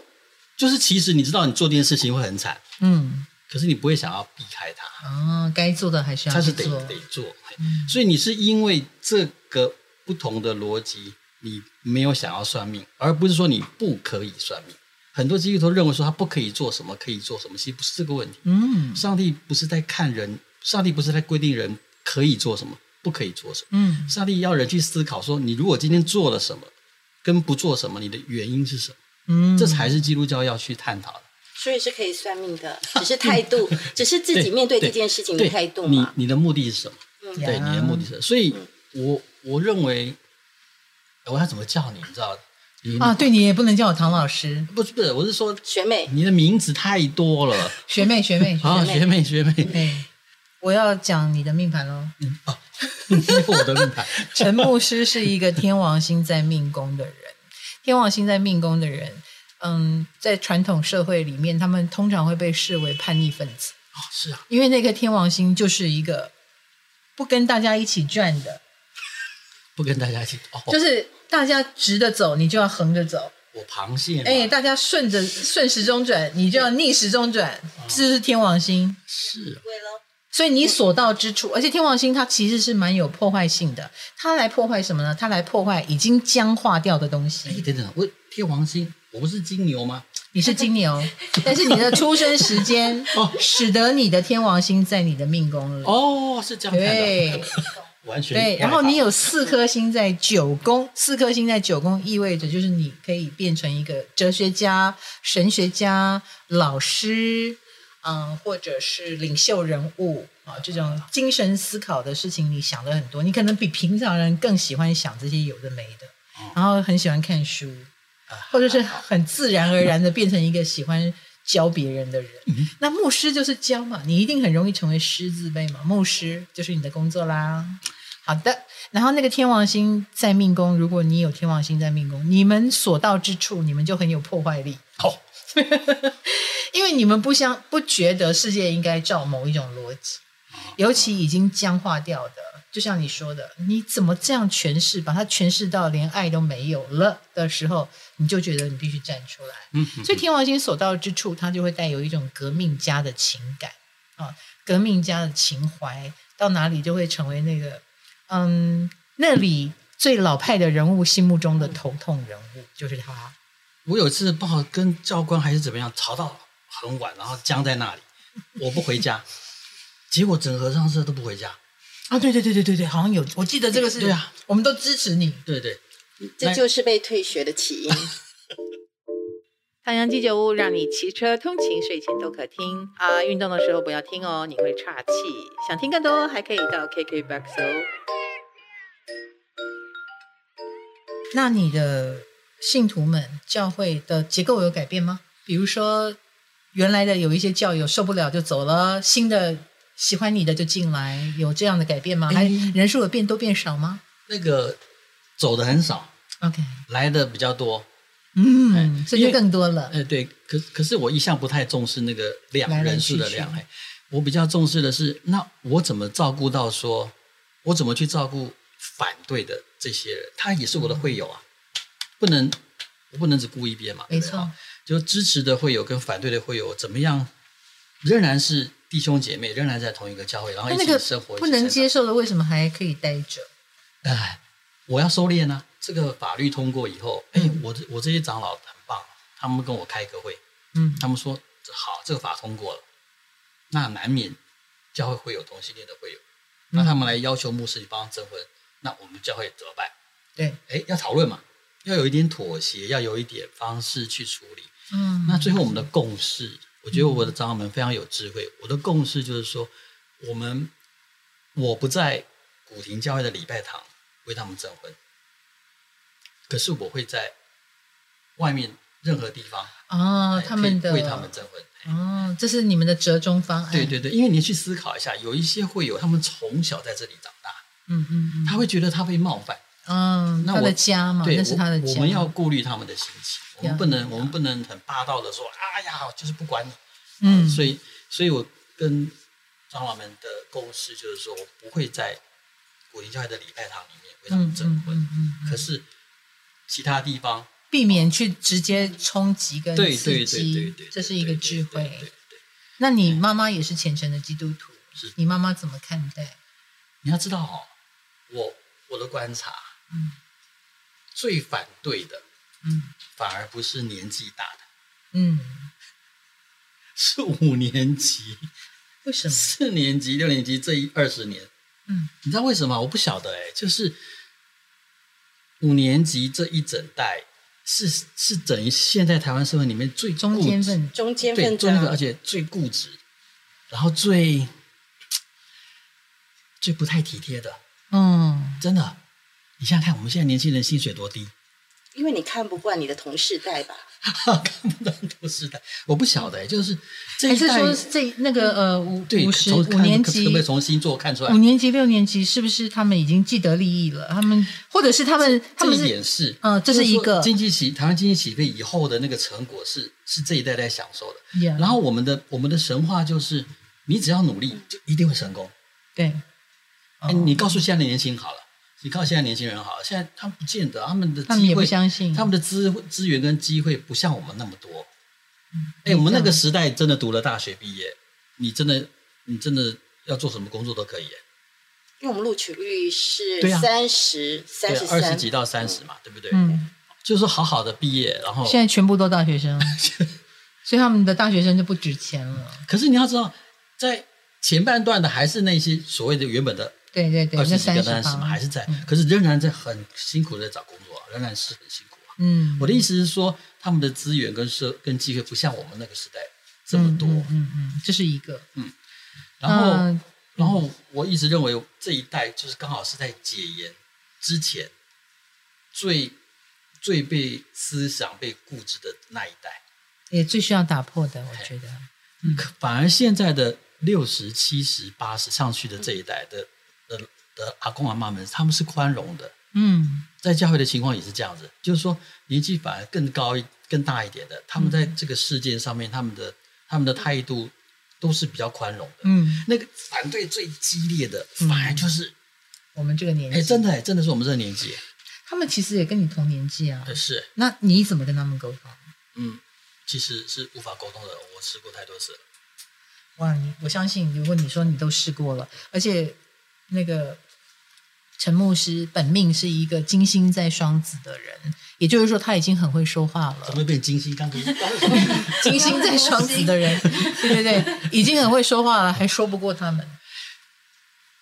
[SPEAKER 2] 就是其实你知道你做这件事情会很惨，
[SPEAKER 1] 嗯，
[SPEAKER 2] 可是你不会想要避开它。
[SPEAKER 1] 啊，该做的还是要
[SPEAKER 2] 他是
[SPEAKER 1] 去
[SPEAKER 2] 得
[SPEAKER 1] 做。嗯
[SPEAKER 2] 得做，嘿所以你是因为这个不同的逻辑，你没有想要算命，而不是说你不可以算命。很多基督徒认为说他不可以做什么，可以做什么，其实不是这个问题。
[SPEAKER 1] 嗯
[SPEAKER 2] 上帝不是在看人，上帝不是在规定人可以做什么，不可以做什么。
[SPEAKER 1] 嗯
[SPEAKER 2] 上帝要人去思考说，你如果今天做了什么，跟不做什么，你的原因是什么？
[SPEAKER 1] 嗯，
[SPEAKER 2] 这才是基督教要去探讨的。
[SPEAKER 3] 所以是可以算命的，只是态 度，只是自己面对这件事情的
[SPEAKER 2] 对
[SPEAKER 3] 态度
[SPEAKER 2] 你
[SPEAKER 3] 嘛。
[SPEAKER 2] 你的目的是什么？
[SPEAKER 1] 呀嗯
[SPEAKER 2] 对，你的目的是什么？所以我我认为，哎我要怎么叫你？你知道？你
[SPEAKER 1] 啊，对你也不能叫我唐老师，
[SPEAKER 2] 不是不是，我是说
[SPEAKER 3] 学妹，
[SPEAKER 2] 你嗯的名字太 多了。
[SPEAKER 1] 学妹学妹，
[SPEAKER 2] 啊，学妹学妹，
[SPEAKER 1] 哎，我要讲你的命盘喽。
[SPEAKER 2] 我的 哦命盘，
[SPEAKER 1] 陈牧师是一个天王星在命宫的人，天王星在命宫的人，嗯，在传统社会里面，他们通常会被视为叛逆分子，
[SPEAKER 2] 哦是啊，
[SPEAKER 1] 因为那个天王星就是一个不跟大家一起转的，
[SPEAKER 2] 不跟大家一起哦，
[SPEAKER 1] 就是大家直着走，你就要横着走。
[SPEAKER 2] 我螃蟹嘛，
[SPEAKER 1] 哎，大家顺着顺时钟转，你就要逆时钟转，这是天王星。
[SPEAKER 2] 是啊
[SPEAKER 3] 对了，
[SPEAKER 1] 所以你所到之处，而且天王星它其实是蛮有破坏性的，它来破坏什么呢？它来破坏已经僵化掉的东
[SPEAKER 2] 哎
[SPEAKER 1] 西。
[SPEAKER 2] 等等，我天王星，我不是金牛吗？
[SPEAKER 1] 你是金 牛，但是你的出生时间
[SPEAKER 2] 哦
[SPEAKER 1] 使得你的天王星在你的命宫里。
[SPEAKER 2] 哦，是这样看
[SPEAKER 1] 对
[SPEAKER 2] 的，完全
[SPEAKER 1] 对，然后你
[SPEAKER 2] 有
[SPEAKER 1] 有四颗星在九宫，四颗星在九宫意味着就是你可以变成一个哲学家、神学家、老师，嗯，或者是领袖人物啊，这种精神思考的事情，你想的很多，你可能比平常人更喜欢想这些有的没的，然后很喜欢看书，啊或者是很自然而然的变成一个喜欢教别人的人。那牧师就是教嘛，你一定很容易成为师字辈嘛，牧师就是你的工作啦。好的，然后那个天王星在命宫，如果你有天王星在命宫，你们所到之处，你们就很有破坏力，
[SPEAKER 2] 哦，
[SPEAKER 1] 因为你们不相不觉得世界应该照某一种逻辑，尤其已经僵化掉的，就像你说的，你怎么这样诠释，把它诠释到连爱都没有了的时候，你就觉得你必须站出来。
[SPEAKER 2] 嗯，
[SPEAKER 1] 所以天王星所到之处，它就会带有一种革命家的情感啊，革命家的情怀，到哪里就会成为那个嗯，那里最老派的人物心目中的头痛人物，就是他。
[SPEAKER 2] 我有一次不好跟教官还是怎么样吵到很晚，然后僵在那里，我不回家， 结果整合上社都不回家。
[SPEAKER 1] 啊，对对对对对对，好像有，我记得这个是
[SPEAKER 2] 对啊，
[SPEAKER 1] 我们都支持你。
[SPEAKER 2] 对对，
[SPEAKER 3] 这就是被退学的起因。
[SPEAKER 1] 太阳鸡酒屋让你骑车通勤睡前都可听啊，运动的时候不要听哦，你会岔气。想听更多，还可以到 KKBOX 哦。那你的信徒们教会的结构有改变吗？比如说，原来的有一些教友受不了就走了，新的喜欢你的就进来，有这样的改变吗？还
[SPEAKER 2] 嗯
[SPEAKER 1] 人数有变多变少吗
[SPEAKER 2] 那个走的很少，
[SPEAKER 1] ？OK，
[SPEAKER 2] 来的比较多。
[SPEAKER 1] 嗯，所以
[SPEAKER 2] 因
[SPEAKER 1] 就
[SPEAKER 2] 为
[SPEAKER 1] 更多了。
[SPEAKER 2] 哎，对，可可是我一向不太重视那个量
[SPEAKER 1] 来来
[SPEAKER 2] 人数的
[SPEAKER 1] 去去
[SPEAKER 2] 量，哎，我比较重视的是，那我怎么照顾到说，我怎么去照顾反对的这些人，他也是我的会友啊，不能我不能只顾一边嘛，
[SPEAKER 1] 嗯
[SPEAKER 2] 对
[SPEAKER 1] 没
[SPEAKER 2] 不对
[SPEAKER 1] 错，
[SPEAKER 2] 就支持的会友跟反对的会友怎么样，仍然是弟兄姐妹，仍然在同一个教会，然后
[SPEAKER 1] 那
[SPEAKER 2] 一
[SPEAKER 1] 那
[SPEAKER 2] 起
[SPEAKER 1] 个
[SPEAKER 2] 生活，
[SPEAKER 1] 不
[SPEAKER 2] 一起
[SPEAKER 1] 能
[SPEAKER 2] 成
[SPEAKER 1] 接受的，为什么还可以待着？
[SPEAKER 2] 长，哎，我要收敛啊！这个法律通过以后，哎
[SPEAKER 1] 嗯，
[SPEAKER 2] 我这我这些长老很棒，啊他们跟我开个会，
[SPEAKER 1] 嗯，
[SPEAKER 2] 他们说好，这个法通过了，那难免教会会有同性恋的会有，那他们来要求牧师你帮他征婚，那我们教会怎么办？
[SPEAKER 1] 对，
[SPEAKER 2] 哎，要讨论嘛，要有一点妥协，要有一点方式去处理。
[SPEAKER 1] 嗯，
[SPEAKER 2] 那最后我们的共识，我觉得我的长老们非常有智慧。我的共识就是说，我们我不在古亭教会的礼拜堂为他们证婚，可是我会在外面任何地方
[SPEAKER 1] 哦
[SPEAKER 2] 哎，
[SPEAKER 1] 他们
[SPEAKER 2] 可以
[SPEAKER 1] 的
[SPEAKER 2] 为他们证婚。
[SPEAKER 1] 哦，这是你们的折中方案。
[SPEAKER 2] 对对，对，因为你去思考一下，有一些会有他们从小在这里长大，
[SPEAKER 1] 嗯嗯
[SPEAKER 2] 他会觉得他被冒犯。
[SPEAKER 1] 嗯，嗯，
[SPEAKER 2] 那
[SPEAKER 1] 他
[SPEAKER 2] 我
[SPEAKER 1] 的家嘛，
[SPEAKER 2] 对，
[SPEAKER 1] 那是他的
[SPEAKER 2] 我
[SPEAKER 1] 家。
[SPEAKER 2] 我们要顾虑他们的心情，我
[SPEAKER 1] 呀
[SPEAKER 2] 们不能
[SPEAKER 1] 呀
[SPEAKER 2] 我们不能很霸道的说，哎呀，我就是不管你。
[SPEAKER 1] 嗯，
[SPEAKER 2] 所以，所以我跟长老们的共识就是说，我不会在古灵教会的礼拜堂里面为他
[SPEAKER 1] 嗯
[SPEAKER 2] 们证
[SPEAKER 1] 嗯
[SPEAKER 2] 婚，
[SPEAKER 1] 嗯嗯，
[SPEAKER 2] 可是其他地方，
[SPEAKER 1] 避免去直接冲击跟
[SPEAKER 2] 对
[SPEAKER 1] 刺
[SPEAKER 2] 对对对对
[SPEAKER 1] 激
[SPEAKER 2] 对，，
[SPEAKER 1] 这是一个
[SPEAKER 2] 对
[SPEAKER 1] 智
[SPEAKER 2] 对
[SPEAKER 1] 慧
[SPEAKER 2] 对。对对
[SPEAKER 1] 那你妈妈也是虔诚的基督徒
[SPEAKER 2] 是，
[SPEAKER 1] 你妈妈怎么看待？
[SPEAKER 2] 你要知道哦，我我的观察，
[SPEAKER 1] 嗯
[SPEAKER 2] 最反对的
[SPEAKER 1] 嗯
[SPEAKER 2] 反而不是年纪大的，
[SPEAKER 1] 嗯，
[SPEAKER 2] 是五年级、
[SPEAKER 1] 为什么？
[SPEAKER 2] 四年级、六年级这一二十年
[SPEAKER 1] 嗯，
[SPEAKER 2] 你知道为什么？我不晓得哎、就是五年级这一整代是是等于现在台湾社会里面最
[SPEAKER 1] 中
[SPEAKER 2] 固执
[SPEAKER 1] 间分
[SPEAKER 3] 中间
[SPEAKER 2] 对
[SPEAKER 3] 分
[SPEAKER 2] 中间分，而
[SPEAKER 3] 章，
[SPEAKER 2] 且最固执，然后最最不太体贴的，
[SPEAKER 1] 嗯，
[SPEAKER 2] 真的。你想想看，我们现在年轻人薪水多低，
[SPEAKER 3] 因为你看不惯你的同世代吧？
[SPEAKER 2] 看不到都是的。我不晓得、欸就是这
[SPEAKER 1] 还
[SPEAKER 2] 一
[SPEAKER 1] 是
[SPEAKER 2] 代
[SPEAKER 1] 说这那个呃五
[SPEAKER 2] 对
[SPEAKER 1] 五十
[SPEAKER 2] 从
[SPEAKER 1] 五
[SPEAKER 2] 看
[SPEAKER 1] 年
[SPEAKER 2] 可
[SPEAKER 1] 级
[SPEAKER 2] 可不可以从星座看出来
[SPEAKER 1] 五？年级六年级是不是他们已经既得利益了？他们或者是他们他
[SPEAKER 2] 这
[SPEAKER 1] 们
[SPEAKER 2] 一
[SPEAKER 1] 是
[SPEAKER 2] 点是，
[SPEAKER 1] 嗯这是一个
[SPEAKER 2] 就说经济起台湾经济起飞以后的那个成果是是这一代在享受的。
[SPEAKER 1] Yeah，
[SPEAKER 2] 然后我们的我们的神话就是，你只要努力就一定会成功。
[SPEAKER 1] 对，哦
[SPEAKER 2] 哎，你告诉现在的年轻人好了，你告诉现在年轻人好了，现在他们不见得，他们的
[SPEAKER 1] 他们也
[SPEAKER 2] 机
[SPEAKER 1] 不
[SPEAKER 2] 会
[SPEAKER 1] 相信
[SPEAKER 2] 他们的资资源跟机会不像我们那么多。哎、
[SPEAKER 1] 嗯
[SPEAKER 2] 我们那
[SPEAKER 1] 这
[SPEAKER 2] 个
[SPEAKER 1] 样
[SPEAKER 2] 时代真的读了大学毕业，你真的你真的要做什么工作都可以耶，
[SPEAKER 3] 因为我们录取率是
[SPEAKER 2] 对啊
[SPEAKER 3] 三十三
[SPEAKER 2] 对
[SPEAKER 3] 十，
[SPEAKER 2] 二
[SPEAKER 3] 三
[SPEAKER 2] 十几到三十嘛，对不对？
[SPEAKER 1] 嗯，
[SPEAKER 2] 就是说好好的毕业，然后
[SPEAKER 1] 现在全部都大学生， 所以他们的大学生就不值钱了。
[SPEAKER 2] 可是你要知道，在前半段的还是那些所谓的原本的
[SPEAKER 1] 对对对，
[SPEAKER 2] 二
[SPEAKER 1] 那
[SPEAKER 2] 十几
[SPEAKER 1] 三
[SPEAKER 2] 个
[SPEAKER 1] 十嗯
[SPEAKER 2] 三十嘛，还是在，可是仍然在很辛苦的找工作、啊，仍然是很辛苦啊。
[SPEAKER 1] 嗯，
[SPEAKER 2] 我的意思是说，他们的资源跟社跟机会不像我们那个时代这么多。
[SPEAKER 1] 嗯嗯嗯，这是一个。呃
[SPEAKER 2] 然后，
[SPEAKER 1] 那
[SPEAKER 2] 然后我一直认为这一代就是刚好是在解严之前最最被思想被固执的那一代，
[SPEAKER 1] 也最需要打破的，我觉得。嗯
[SPEAKER 2] 可反而现在的六十七十八十上去的
[SPEAKER 1] 嗯
[SPEAKER 2] 这一代的的的阿公阿妈们，他们是宽容的。
[SPEAKER 1] 嗯
[SPEAKER 2] 在教会的情况也是这样子，就是说年纪反而更高一、更大一点的，他们在
[SPEAKER 1] 嗯
[SPEAKER 2] 这个事件上面，他们的他们的态度都是比较宽容的。
[SPEAKER 1] 嗯，
[SPEAKER 2] 那个反对最激烈的，反而就是，
[SPEAKER 1] 我们这个年
[SPEAKER 2] 哎、
[SPEAKER 1] 纪，
[SPEAKER 2] 真的、哎，真的是我们这个年纪，
[SPEAKER 1] 他们其实也跟你同年纪啊
[SPEAKER 2] 哎。是，
[SPEAKER 1] 那你怎么跟他们沟通？
[SPEAKER 2] 嗯，其实是无法沟通的，我试过太多次了。
[SPEAKER 1] 哇，你我相信，如果你说你都试过了，而且那个陈牧师本命是一个金星在双子的人，也就是说他已经很会说话了
[SPEAKER 2] 怎。么会变金 星？刚刚
[SPEAKER 1] 金星 在双子的人，对对对，已经很会说话了，还说不过他们。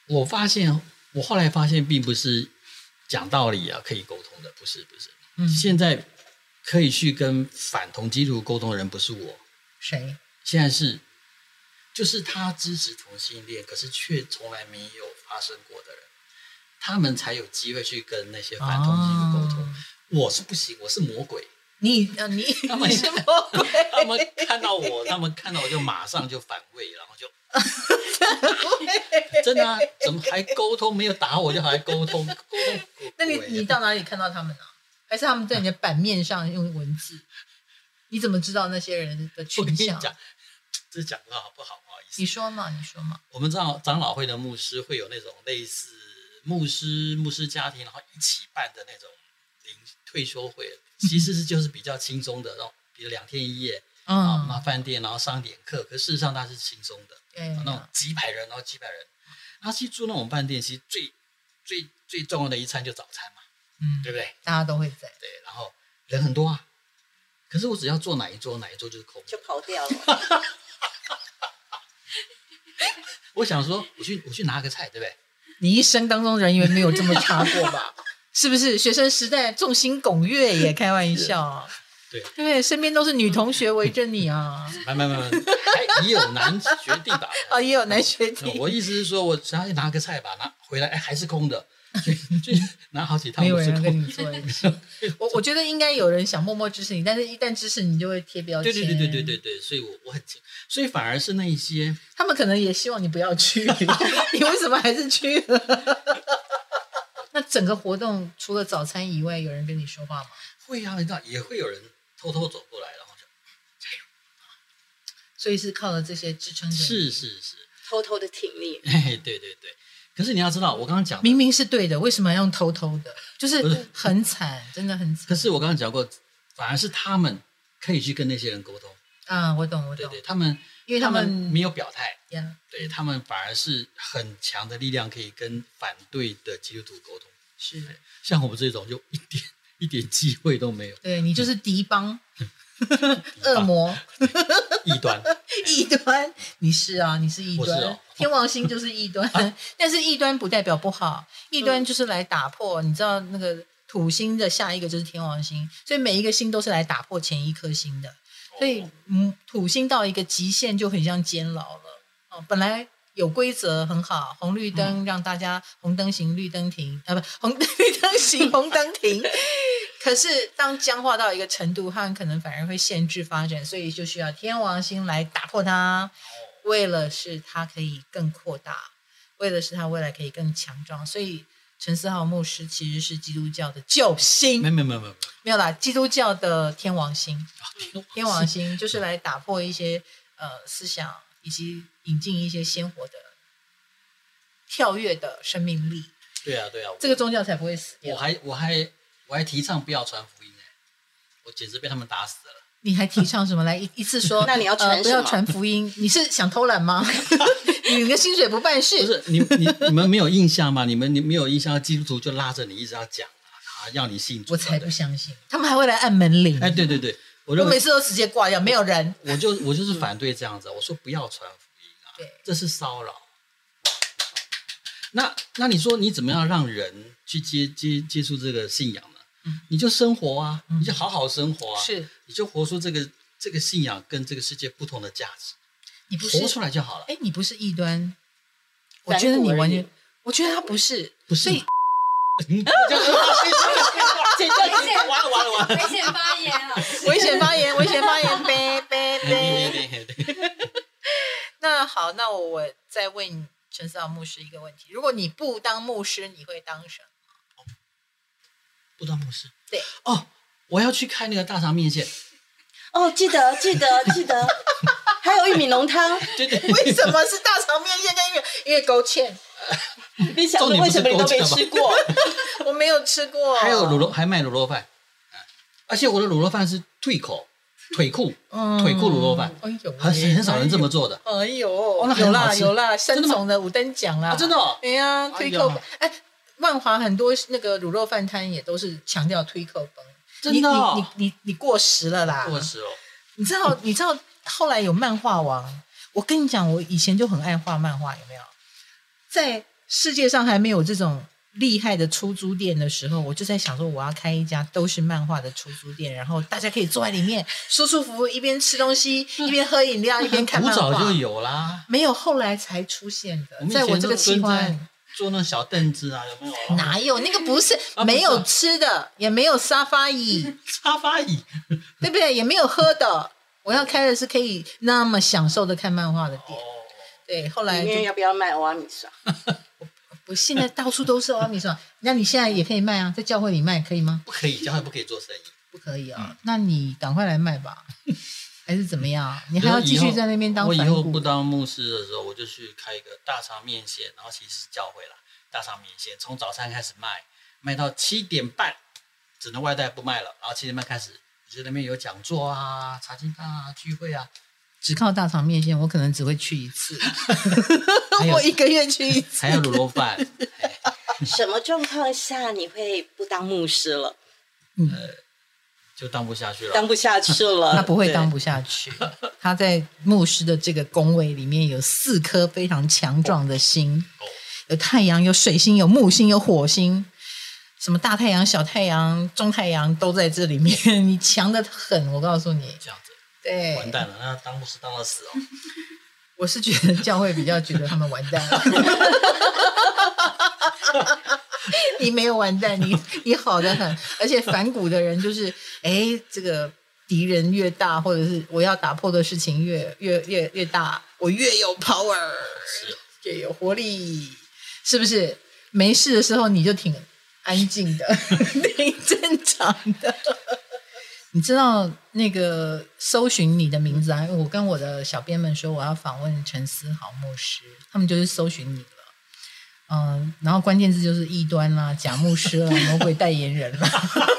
[SPEAKER 2] 我发现，我后来发现，并不是讲道理啊可以沟通的，不是不是。
[SPEAKER 1] 嗯
[SPEAKER 2] 现在可以去跟反同基督徒沟通的人不是我，
[SPEAKER 1] 谁？
[SPEAKER 2] 现在是，就是他支持同性恋，可是却从来没有发生过的人，他们才有机会去跟那些反同性恋沟通。
[SPEAKER 1] 哦
[SPEAKER 2] 我是不行，我是魔鬼。
[SPEAKER 1] 你呃你
[SPEAKER 2] 他们
[SPEAKER 1] 你是魔鬼？
[SPEAKER 2] 他们看到我，他们看到我就马上就反胃，然后就。真的啊？怎么还沟通？没有打我就还沟通沟通？
[SPEAKER 1] 那你你到哪里看到他们呢、还是他们在你的版面上用文字？你怎么知道那些人的
[SPEAKER 2] 我跟
[SPEAKER 1] 群
[SPEAKER 2] 你
[SPEAKER 1] 像？
[SPEAKER 2] 讲，这讲的好不好？不好意思
[SPEAKER 1] 你，说嘛，你说嘛。
[SPEAKER 2] 我们长长老会的牧师会有那种类似牧师牧师家庭，然后一起办的那种临退休会，其实是就是比较轻松的，然后比如两天一夜啊，
[SPEAKER 1] 嗯，
[SPEAKER 2] 那饭店然后上一点课，可事实上它是轻松的，
[SPEAKER 1] 对
[SPEAKER 2] 啊那种几百人，然后几百人，然后去住那种饭店，其实最最最重要的一餐就早餐嘛，
[SPEAKER 1] 嗯，
[SPEAKER 2] 对不对？
[SPEAKER 1] 大家都会在。
[SPEAKER 2] 对，然后人很多啊，可是我只要坐哪一桌，哪一桌就是空的
[SPEAKER 3] 就跑掉了。
[SPEAKER 2] 我想说，我去我去拿个菜，对不对？
[SPEAKER 1] 你一生当中人缘没有这么差过吧？ 是不是？学生时代众星拱月也开玩笑啊，
[SPEAKER 2] 对
[SPEAKER 1] 对不对？身边都是女同学围着你 啊，
[SPEAKER 2] 慢慢慢慢，还也有难学弟 吧？
[SPEAKER 1] 啊，也有男学弟
[SPEAKER 2] 那。我意思是说，我只要拿个菜吧，拿回来哎还是空的，所以 所以拿好几趟
[SPEAKER 1] 没有
[SPEAKER 2] 都是
[SPEAKER 1] 人要跟
[SPEAKER 2] 空
[SPEAKER 1] 你
[SPEAKER 2] 的。
[SPEAKER 1] 坐在一起。我我觉得应该有人想默默支持你，但是一旦支持你，就会贴标
[SPEAKER 2] 对
[SPEAKER 1] 签。
[SPEAKER 2] 对对对对对，对，所以我我很清，所以反而是那一些
[SPEAKER 1] 他们可能也希望你不要 去，你为什么还是去了？ 那整个活动除了早餐以外，有人跟你说话吗？
[SPEAKER 2] 会啊，你知道也会有人偷偷走过来，然后就
[SPEAKER 1] 所以是靠了这些支撑着你。
[SPEAKER 2] 是是是，
[SPEAKER 3] 偷偷的挺你，
[SPEAKER 2] 哎对对对。可是你要知道，我刚刚讲的，
[SPEAKER 1] 明明是对的，为什么要用偷偷的？就是
[SPEAKER 2] 不是
[SPEAKER 1] 很惨，真的很
[SPEAKER 2] 可
[SPEAKER 1] 惨。
[SPEAKER 2] 是我刚刚讲过，反而是他们可以去跟那些人沟通，
[SPEAKER 1] 啊，我懂，我
[SPEAKER 2] 对
[SPEAKER 1] 懂，
[SPEAKER 2] 对，他们
[SPEAKER 1] 因为
[SPEAKER 2] 他
[SPEAKER 1] 他
[SPEAKER 2] 们
[SPEAKER 1] 们
[SPEAKER 2] 没有表态，
[SPEAKER 1] 呀，
[SPEAKER 2] 对他们反而是很强的力量，可以跟反对的基督徒沟通。
[SPEAKER 1] 是，
[SPEAKER 2] 像我们这种就一点一点机会都没有。
[SPEAKER 1] 对你就是敌帮， 恶魔、
[SPEAKER 2] 异端，
[SPEAKER 1] 异端，你是啊，你是异
[SPEAKER 2] 我是
[SPEAKER 1] 端，
[SPEAKER 2] 哦啊
[SPEAKER 1] 天王星就是异端，但是异端不代表不好，异
[SPEAKER 2] 嗯
[SPEAKER 1] 端就是来打破，你知道那个土星的下一个就是天王星，所以每一个星都是来打破前一颗星的，
[SPEAKER 2] 哦
[SPEAKER 1] 所以嗯，土星到一个极限就很像监牢了哦，本来。有规则很好，红绿
[SPEAKER 2] 嗯
[SPEAKER 1] 灯让大家红灯行，绿灯停，啊不，红 绿灯行，红灯停。可是当僵化到一个程度，它很可能反而会限制发展，所以就需要天王星来打破它。为了是它可以更扩大，为了是它未来可以更强壮，所以陈思豪牧师其实是基督教的救星，
[SPEAKER 2] 没有没有没有没有，
[SPEAKER 1] 没有啦，基督教的天王星，
[SPEAKER 2] 天
[SPEAKER 1] 天王星就是来打破一些呃思想，以及引进一些鲜活的、跳跃的生命力，
[SPEAKER 2] 对啊对啊，
[SPEAKER 1] 这个宗教才不会死
[SPEAKER 2] 我
[SPEAKER 1] 掉。
[SPEAKER 2] 还我还我还提倡不要传福音呢、我简直被他们打死了。
[SPEAKER 1] 你还提倡什么？来一一次 说，
[SPEAKER 3] 那你要传
[SPEAKER 1] 呃、不要
[SPEAKER 3] 什么
[SPEAKER 1] 传福音？ 你是想偷懒吗？你的薪水不办事？
[SPEAKER 2] 不是你你你们没有印象吗？你们你没有印象，基督徒就拉着你一直要讲啊，啊要你信主。
[SPEAKER 1] 我才
[SPEAKER 2] 对
[SPEAKER 1] 不
[SPEAKER 2] 对
[SPEAKER 1] 相信，他们还会来按门铃。
[SPEAKER 2] 哎，对对对，我
[SPEAKER 1] 我
[SPEAKER 2] 认
[SPEAKER 1] 每
[SPEAKER 2] 为
[SPEAKER 1] 次都直接挂掉，没有人。
[SPEAKER 2] 我就我就是反对这样子，我说不要传福音啊
[SPEAKER 1] 嗯对，
[SPEAKER 2] 这是骚扰。那那你说你怎么样让人去接接接触这个信仰呢？
[SPEAKER 1] 嗯
[SPEAKER 2] 你就生活啊，
[SPEAKER 1] 嗯
[SPEAKER 2] 你就好好生活啊，
[SPEAKER 1] 是
[SPEAKER 2] 你就活出这个这个信仰跟这个世界不同的价值，
[SPEAKER 1] 你不是
[SPEAKER 2] 活出来就 好了。
[SPEAKER 1] 哎，你不是异端，我
[SPEAKER 3] 反
[SPEAKER 1] 觉得
[SPEAKER 3] 骨
[SPEAKER 1] 你
[SPEAKER 3] 而
[SPEAKER 1] 完
[SPEAKER 3] 已
[SPEAKER 1] 全，我觉得他不是，
[SPEAKER 2] 不是
[SPEAKER 1] 所以
[SPEAKER 2] 吗嗯这样子
[SPEAKER 3] 剪掉
[SPEAKER 2] 这样子完了完了完 了。
[SPEAKER 4] 危险发言啊！
[SPEAKER 1] 危险发言，危险发言，呗 呗
[SPEAKER 2] 哎
[SPEAKER 1] 呗。那好，那我我再问陈思豪牧师一个问题：如果你不当牧师，你会当什么？
[SPEAKER 2] 不当牧师。
[SPEAKER 1] 对
[SPEAKER 2] 哦，我要去开那个大肠面线。
[SPEAKER 3] 哦，记得记得记得，还有玉米浓汤。
[SPEAKER 2] 对对，
[SPEAKER 1] 为什么是大肠面线跟月月勾芡？
[SPEAKER 3] 你想说为什么你都没吃过？
[SPEAKER 1] 我没有吃过。
[SPEAKER 2] 还有卤肉，还卖卤肉饭，啊而且我的卤肉饭是退口、腿裤、
[SPEAKER 1] 嗯
[SPEAKER 2] 腿裤卤肉饭，
[SPEAKER 1] 哎呦喂，
[SPEAKER 2] 很很少人这么做的。
[SPEAKER 1] 哎呦，
[SPEAKER 2] 那
[SPEAKER 1] 有
[SPEAKER 2] 很好
[SPEAKER 1] 啦
[SPEAKER 2] 吃
[SPEAKER 1] 有啦，
[SPEAKER 2] 真
[SPEAKER 1] 三
[SPEAKER 2] 的吗
[SPEAKER 1] 重的五等奖啦，
[SPEAKER 2] 啊真的哦
[SPEAKER 1] 对呀，
[SPEAKER 2] 呀
[SPEAKER 1] 推扣本哎，万华很多那个卤肉饭摊也都是强调推扣本，
[SPEAKER 2] 真的哦
[SPEAKER 1] 你你你你你过时了啦，
[SPEAKER 2] 过时哦，
[SPEAKER 1] 你知道，你知道后来有漫画王，我跟你讲，我以前就很爱画漫画，有没有？在世界上还没有这种厉害的出租店的时候，我就在想说，我要开一家都是漫画的出租店，然后大家可以坐在里面舒舒服服，一边吃东西，一边喝饮料，一边看
[SPEAKER 2] 古
[SPEAKER 1] 漫画。
[SPEAKER 2] 早就有啦。
[SPEAKER 1] 没有，后来才出现的。
[SPEAKER 2] 们以
[SPEAKER 1] 在
[SPEAKER 2] 前
[SPEAKER 1] 我这个
[SPEAKER 2] 都
[SPEAKER 1] 器
[SPEAKER 2] 蹲在
[SPEAKER 1] 官，
[SPEAKER 2] 坐那种小凳子啊，有没有？
[SPEAKER 1] 哪有那个不是
[SPEAKER 2] 啊不是啊
[SPEAKER 1] 没有吃的，也没有沙发椅。
[SPEAKER 2] 沙发 椅，
[SPEAKER 1] 对不对？也没有喝的。我要开的是可以那么享受的看漫画的
[SPEAKER 2] 哦
[SPEAKER 1] 店。哎对，后来
[SPEAKER 3] 里
[SPEAKER 1] 就
[SPEAKER 3] 面要不要卖挖米刷？
[SPEAKER 1] 我现在到处都是阿米说，那你现在也可以卖啊，在教会里卖可以吗？
[SPEAKER 2] 不可以，教会不可以做生意。
[SPEAKER 1] 不可以啊，那你赶快来卖吧，还是怎么样？啊你还要继续在那边当
[SPEAKER 2] 我以
[SPEAKER 1] 反
[SPEAKER 2] 后
[SPEAKER 1] 骨
[SPEAKER 2] 不当牧师的时候，我就去开一个大肠面线，然后其实是教会啦，大肠面线从早餐开始卖，卖到七点半，只能外带不卖了。然后七点半开始，我觉得那边有讲座啊、茶经堂啊、聚会啊，
[SPEAKER 1] 只靠大肠面线，我可能只会去一次，
[SPEAKER 2] 还有
[SPEAKER 1] 我一个月去 一次。
[SPEAKER 2] 还有卤肉饭。哎
[SPEAKER 3] 什么状况下你会不当牧师了？
[SPEAKER 1] 嗯，
[SPEAKER 2] 就当不下去 了
[SPEAKER 3] 当，不下去了？
[SPEAKER 1] 他不会
[SPEAKER 3] 对
[SPEAKER 1] 当。不下去。他在牧师的这个宫位里面有四颗非常强壮的星
[SPEAKER 2] 哦，
[SPEAKER 1] 有太阳，有水星，有木星，有火星，什么大太阳、小太阳、中太阳都在这里面。 你强的很，我告诉你。
[SPEAKER 2] 这样子
[SPEAKER 1] 对，
[SPEAKER 2] 完蛋了。那当牧师当到死哦，
[SPEAKER 1] 我是觉得教会比较觉得他们完蛋了。你没有完蛋，你你好的很，而且反骨的人就是，哎，这个敌人越大，或者是我要打破的事情越越越越大，我越有 power，
[SPEAKER 2] 是
[SPEAKER 1] 越有活力，是不是？没事的时候你就挺安静的， 挺正常的。你知道那个搜寻你的名字啊？因为我跟我的小编们说我要访问陈思豪牧师，他们就是搜寻你了。嗯，然后关键字就是异端啦、假牧师 啦、魔鬼代言人啦。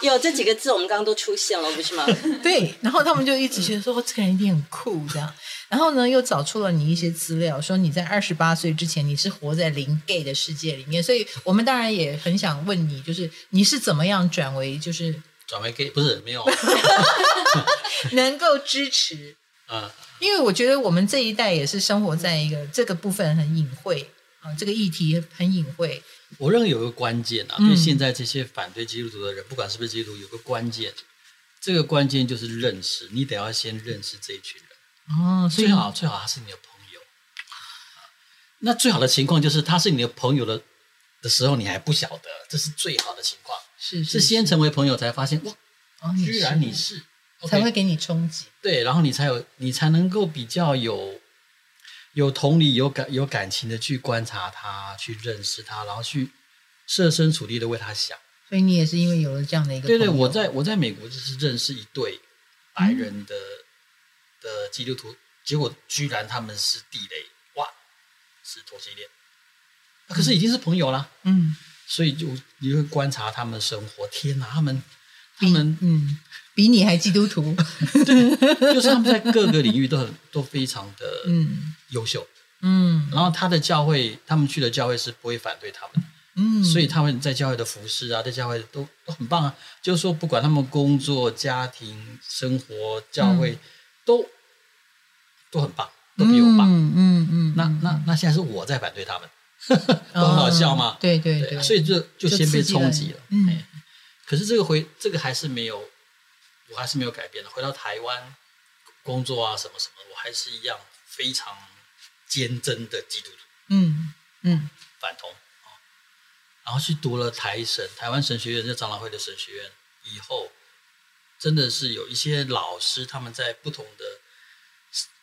[SPEAKER 3] 有这几个字，我们刚刚都出现了，不是 吗？
[SPEAKER 1] 对，然后他们就一直觉得说哦这个人一定很酷这样。然后呢，又找出了你一些资料，说你在二十八岁之前你是活在零 gay 的世界里面，所以我们当然也很想问你，就是你是怎么样转为就是
[SPEAKER 2] 转为 gay 不是没有，
[SPEAKER 1] 能够支持，
[SPEAKER 2] 嗯
[SPEAKER 1] 因为我觉得我们这一代也是生活在一个这个部分很隐晦啊，这个议题很隐晦，
[SPEAKER 2] 我认为有个关键啊，
[SPEAKER 1] 嗯
[SPEAKER 2] 对现在这些反对基督徒的人，不管是不是基督徒，有个关键，这个关键就是认识，你得要先认识这一群人，
[SPEAKER 1] 哦，所以
[SPEAKER 2] 最好最好他是你的朋友。那最好的情况就是他是你的朋友的的时候，你还不晓得，这是最好的情况。
[SPEAKER 1] 是
[SPEAKER 2] 是先成为朋友才发现，哇，
[SPEAKER 1] 哦，
[SPEAKER 2] 居然你是，
[SPEAKER 1] 才
[SPEAKER 2] OK
[SPEAKER 1] 会给你冲击，
[SPEAKER 2] 对，然后你才有你才能够比较有有同理、有感有感情的去观察他、去认识他，然后去设身处地的为他想。
[SPEAKER 1] 所以你也是因为有了这样的一个
[SPEAKER 2] 对对，
[SPEAKER 1] 朋友
[SPEAKER 2] 我在我在美国就是认识一对白人的、嗯的基督徒，结果居然他们是地雷，哇，是同性恋，可是已经是朋友啦，
[SPEAKER 1] 嗯
[SPEAKER 2] 所以就你会观察他们的生活，天哪，他们他们
[SPEAKER 1] 嗯比你还基督 徒，
[SPEAKER 2] 就是他们在各个领域都很都非常的
[SPEAKER 1] 嗯
[SPEAKER 2] 优秀，
[SPEAKER 1] 嗯
[SPEAKER 2] 然后他的教会，他们去的教会是不会反对他们的，
[SPEAKER 1] 嗯，
[SPEAKER 2] 所以他们在教会的服饰啊，在教会都都很棒啊。就是说，不管他们工作、家庭、生活、教
[SPEAKER 1] 嗯
[SPEAKER 2] 会，都都很棒，都比我棒。
[SPEAKER 1] 嗯嗯嗯，
[SPEAKER 2] 那
[SPEAKER 1] 嗯
[SPEAKER 2] 那那现在是我在反对他们，不很好笑吗？
[SPEAKER 1] 哦对对对，
[SPEAKER 2] 所以就就先被
[SPEAKER 1] 就
[SPEAKER 2] 冲击
[SPEAKER 1] 刺激了
[SPEAKER 2] 了。
[SPEAKER 1] 嗯
[SPEAKER 2] 哎可是这个回这个还是没有，我还是没有改变的。回到台湾工作啊，什么什么，我还是一样非常坚贞的基督徒。
[SPEAKER 1] 嗯嗯
[SPEAKER 2] 反同哦，然后去读了台神台湾神学院，这长老会的神学院以后，真的是有一些老师他们在不同的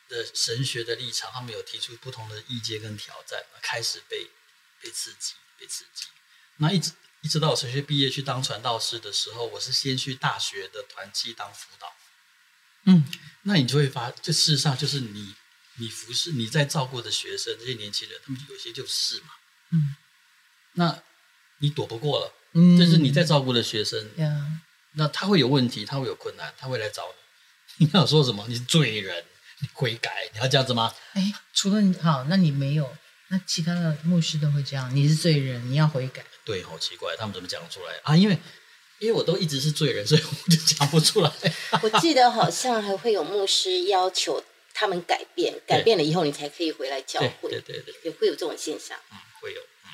[SPEAKER 2] 的神学的立场，他们有提出不同的意见跟挑战，开始被被刺激，被刺激。那一直一直到我神学毕业去当传道师的时候，我是先去大学的团契当辅导。
[SPEAKER 1] 嗯
[SPEAKER 2] 那你就会发，这事实上就是你，你服侍你在照顾的学生，这些年轻人，他们有些就是嘛，
[SPEAKER 1] 嗯，
[SPEAKER 2] 那你躲不过了，
[SPEAKER 1] 嗯，
[SPEAKER 2] 就是你在照顾的学生，
[SPEAKER 1] 呀，
[SPEAKER 2] 那他会有问题，他会有困难，他会来找你， 你要说什么？你是罪人，你悔改，你要这样子吗？
[SPEAKER 1] 哎，除了你好，那你没有，那其他的牧师都会这样，你是罪人，你要悔改，
[SPEAKER 2] 对，好奇怪，他们怎么讲出来啊？因为因为我都一直是罪人，所以我就讲不出来。
[SPEAKER 3] 我记得好像还会有牧师要求他们改变，改变了以后你才可以回来教
[SPEAKER 2] 对对
[SPEAKER 3] 会，
[SPEAKER 2] 对对，
[SPEAKER 3] 也会有这种现象。
[SPEAKER 2] 嗯，会有。嗯，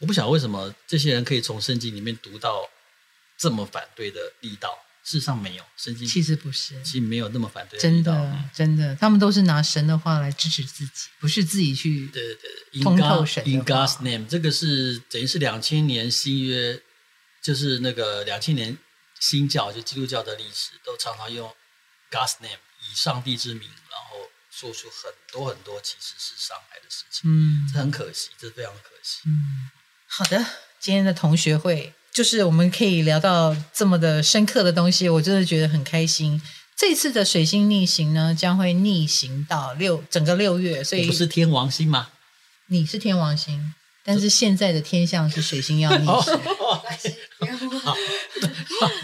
[SPEAKER 2] 我不晓得为什么这些人可以从圣经里面读到这么反对的力道，事实上没有，圣
[SPEAKER 1] 其
[SPEAKER 2] 经嗯其
[SPEAKER 1] 实不是。
[SPEAKER 2] 实没有那么反对
[SPEAKER 1] 真
[SPEAKER 2] 力道。
[SPEAKER 1] 的
[SPEAKER 2] 嗯，
[SPEAKER 1] 真的，他们都是拿神的话来支持自己，不是自己去。
[SPEAKER 2] 对对对，In
[SPEAKER 1] 通透神
[SPEAKER 2] God
[SPEAKER 1] 的
[SPEAKER 2] In
[SPEAKER 1] 话
[SPEAKER 2] God's name，这个是等于是两千年新约，就是那个两千年新教，就基督教的历史，都常常用 God's name，以上帝之名，然后说出很多很多其实是伤害的事情，
[SPEAKER 1] 嗯
[SPEAKER 2] 这很可惜，这非常可惜。
[SPEAKER 1] 嗯，好的，今天的同学会就是我们可以聊到这么的深刻的东西，我真的觉得很开心。这次的水星逆行呢，将会逆行到六整个六月，所以
[SPEAKER 2] 你不是天王 星吗？
[SPEAKER 1] 你是天王星，但是现在的天象是水星要逆行。
[SPEAKER 2] 哦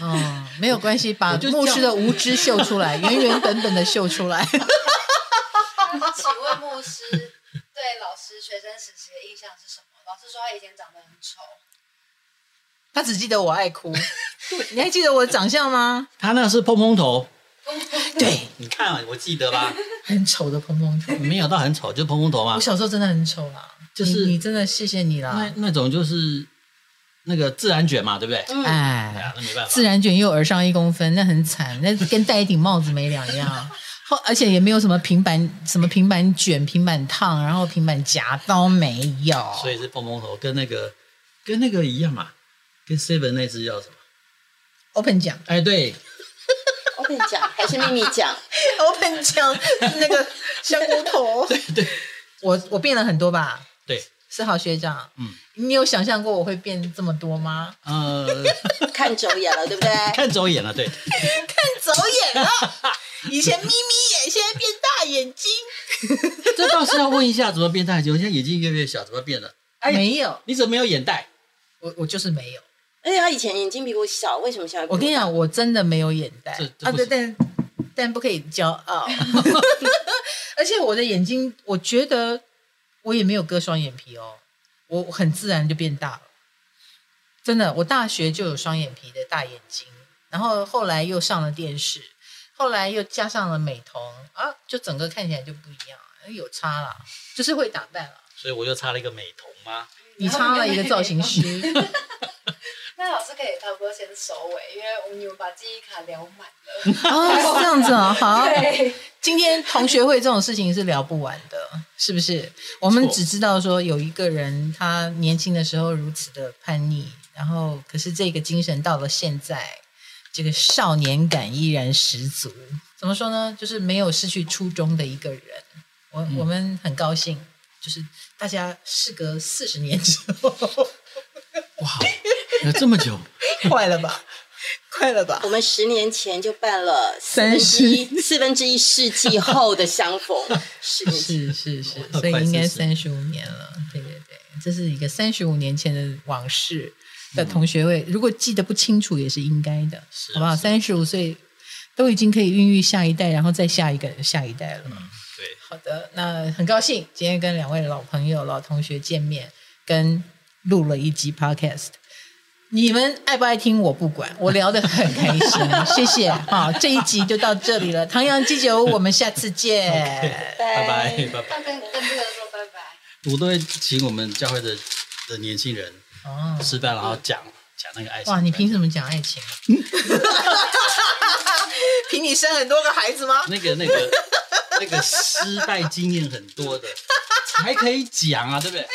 [SPEAKER 1] 嗯，没有关系，把
[SPEAKER 2] 我就
[SPEAKER 1] 牧
[SPEAKER 2] 叫
[SPEAKER 1] 师的无知秀出 来，原原本本的秀出来。
[SPEAKER 4] 请问牧师对老师学生时期的印象是什么？老师说他以前长得很丑，
[SPEAKER 1] 他只记得我爱 哭，你还记得我的长相吗？
[SPEAKER 2] 他那是蓬蓬头，
[SPEAKER 1] 对，
[SPEAKER 2] 你看啊，我记得吧？
[SPEAKER 1] 很丑的蓬蓬头。
[SPEAKER 2] 没有到很丑，就蓬蓬头嘛
[SPEAKER 1] 我。小时候真的很丑啦，
[SPEAKER 2] 就是
[SPEAKER 1] 你你真的谢谢你
[SPEAKER 2] 那
[SPEAKER 1] 啦，
[SPEAKER 2] 那种就是那个自然卷嘛，对不对？
[SPEAKER 3] 嗯，
[SPEAKER 2] 哎
[SPEAKER 1] 哎
[SPEAKER 2] 呀，，那没办法。
[SPEAKER 1] 自然卷又耳上一公分，那很惨，那跟戴一顶帽子没两样。 后而且也没有什么平板什么平板卷、平板烫，然后平板夹都没有。
[SPEAKER 2] 所以是蓬蓬头，跟那个跟那个一样嘛，跟 Seven 那只叫什么？
[SPEAKER 1] open 讲
[SPEAKER 2] 哎，对，
[SPEAKER 3] 我跟你讲，还是秘密讲，
[SPEAKER 1] ，open 讲那个香菇头， 对对，我我变了很多吧，
[SPEAKER 2] 对，
[SPEAKER 1] 思豪学长，
[SPEAKER 2] 嗯，
[SPEAKER 1] 你有想象过我会变这么多吗？
[SPEAKER 2] 呃，
[SPEAKER 3] 看走眼了，对不 对？
[SPEAKER 2] 看走眼了，对，
[SPEAKER 1] 哎走眼了， 以前眯眯眼，现在变大眼睛。
[SPEAKER 2] 这倒是要问一下怎么变大眼睛，我现在眼睛越来越小，怎么变的？哎
[SPEAKER 1] 没有，
[SPEAKER 2] 你怎么没有眼袋？
[SPEAKER 1] 我我就是没有。
[SPEAKER 3] 而且他以前眼睛比我小，为什么现在比
[SPEAKER 1] 我跟你讲，我真的没有眼袋
[SPEAKER 2] 这这
[SPEAKER 1] 啊，
[SPEAKER 2] 不
[SPEAKER 1] 对，
[SPEAKER 2] 行
[SPEAKER 1] 但但不可以骄 傲。而且我的眼睛，我觉得我也没有割双眼皮哦，我很自然就变大了。真的，我大学就有双眼皮的大眼睛，然后后来又上了电视，后来又加上了美瞳啊，就整个看起来就不一样，有差了，就是会打扮了。
[SPEAKER 2] 所以我就插了一个美瞳嘛。
[SPEAKER 1] 你差了一个造型师，
[SPEAKER 4] 那老师可以差不多先收尾，因为我们你们把记忆卡聊满了。
[SPEAKER 1] 哦，是这样子哦，好。
[SPEAKER 4] 对，
[SPEAKER 1] 今天同学会这种事情是聊不完的，是不是？我们只知道说有一个人，他年轻的时候如此的叛逆，然后可是这个精神到了现在，这个少年感依然十足。怎么说呢？就是没有失去初衷的一个人。我、我们很高兴，就是大家事隔四十年 之后，
[SPEAKER 2] 哇，有这么久，
[SPEAKER 1] 快了吧，快了吧
[SPEAKER 3] 我。们十年前就办了
[SPEAKER 1] 三
[SPEAKER 3] 十
[SPEAKER 1] 十
[SPEAKER 3] 一四分之一世纪后的相 逢，十年前
[SPEAKER 1] 是 是是，
[SPEAKER 2] 哇
[SPEAKER 1] 所以
[SPEAKER 2] 快
[SPEAKER 1] 应该
[SPEAKER 2] 40
[SPEAKER 1] 三十五年了。对对对，这是一个三十五年前的往事的同学会，如果记得不清楚也是应该的，
[SPEAKER 2] 嗯是
[SPEAKER 1] 好不好？
[SPEAKER 2] 是
[SPEAKER 1] 三十五岁都已经可以孕育下一代，然后再下一个下一代了。
[SPEAKER 2] 嗯对，
[SPEAKER 1] 好的，那很高兴今天跟两位老朋友、老同学见面，跟录了一集 podcast。你们爱不爱听我不管，我聊得很开心， 谢谢。好，这一集就到这里了，唐阳鸡酒屋，我们下次见。
[SPEAKER 2] 拜拜拜拜。
[SPEAKER 4] 哎要跟跟这个说拜拜。
[SPEAKER 2] 我都会请我们教会的的年轻人
[SPEAKER 1] 哦
[SPEAKER 2] 吃饭，然后讲讲那个爱情。
[SPEAKER 1] 哇，你凭什么讲爱情？啊 凭你生很多个孩子吗？
[SPEAKER 2] 那个那 个那个失败经验很多的才可以讲啊，对不对？哦，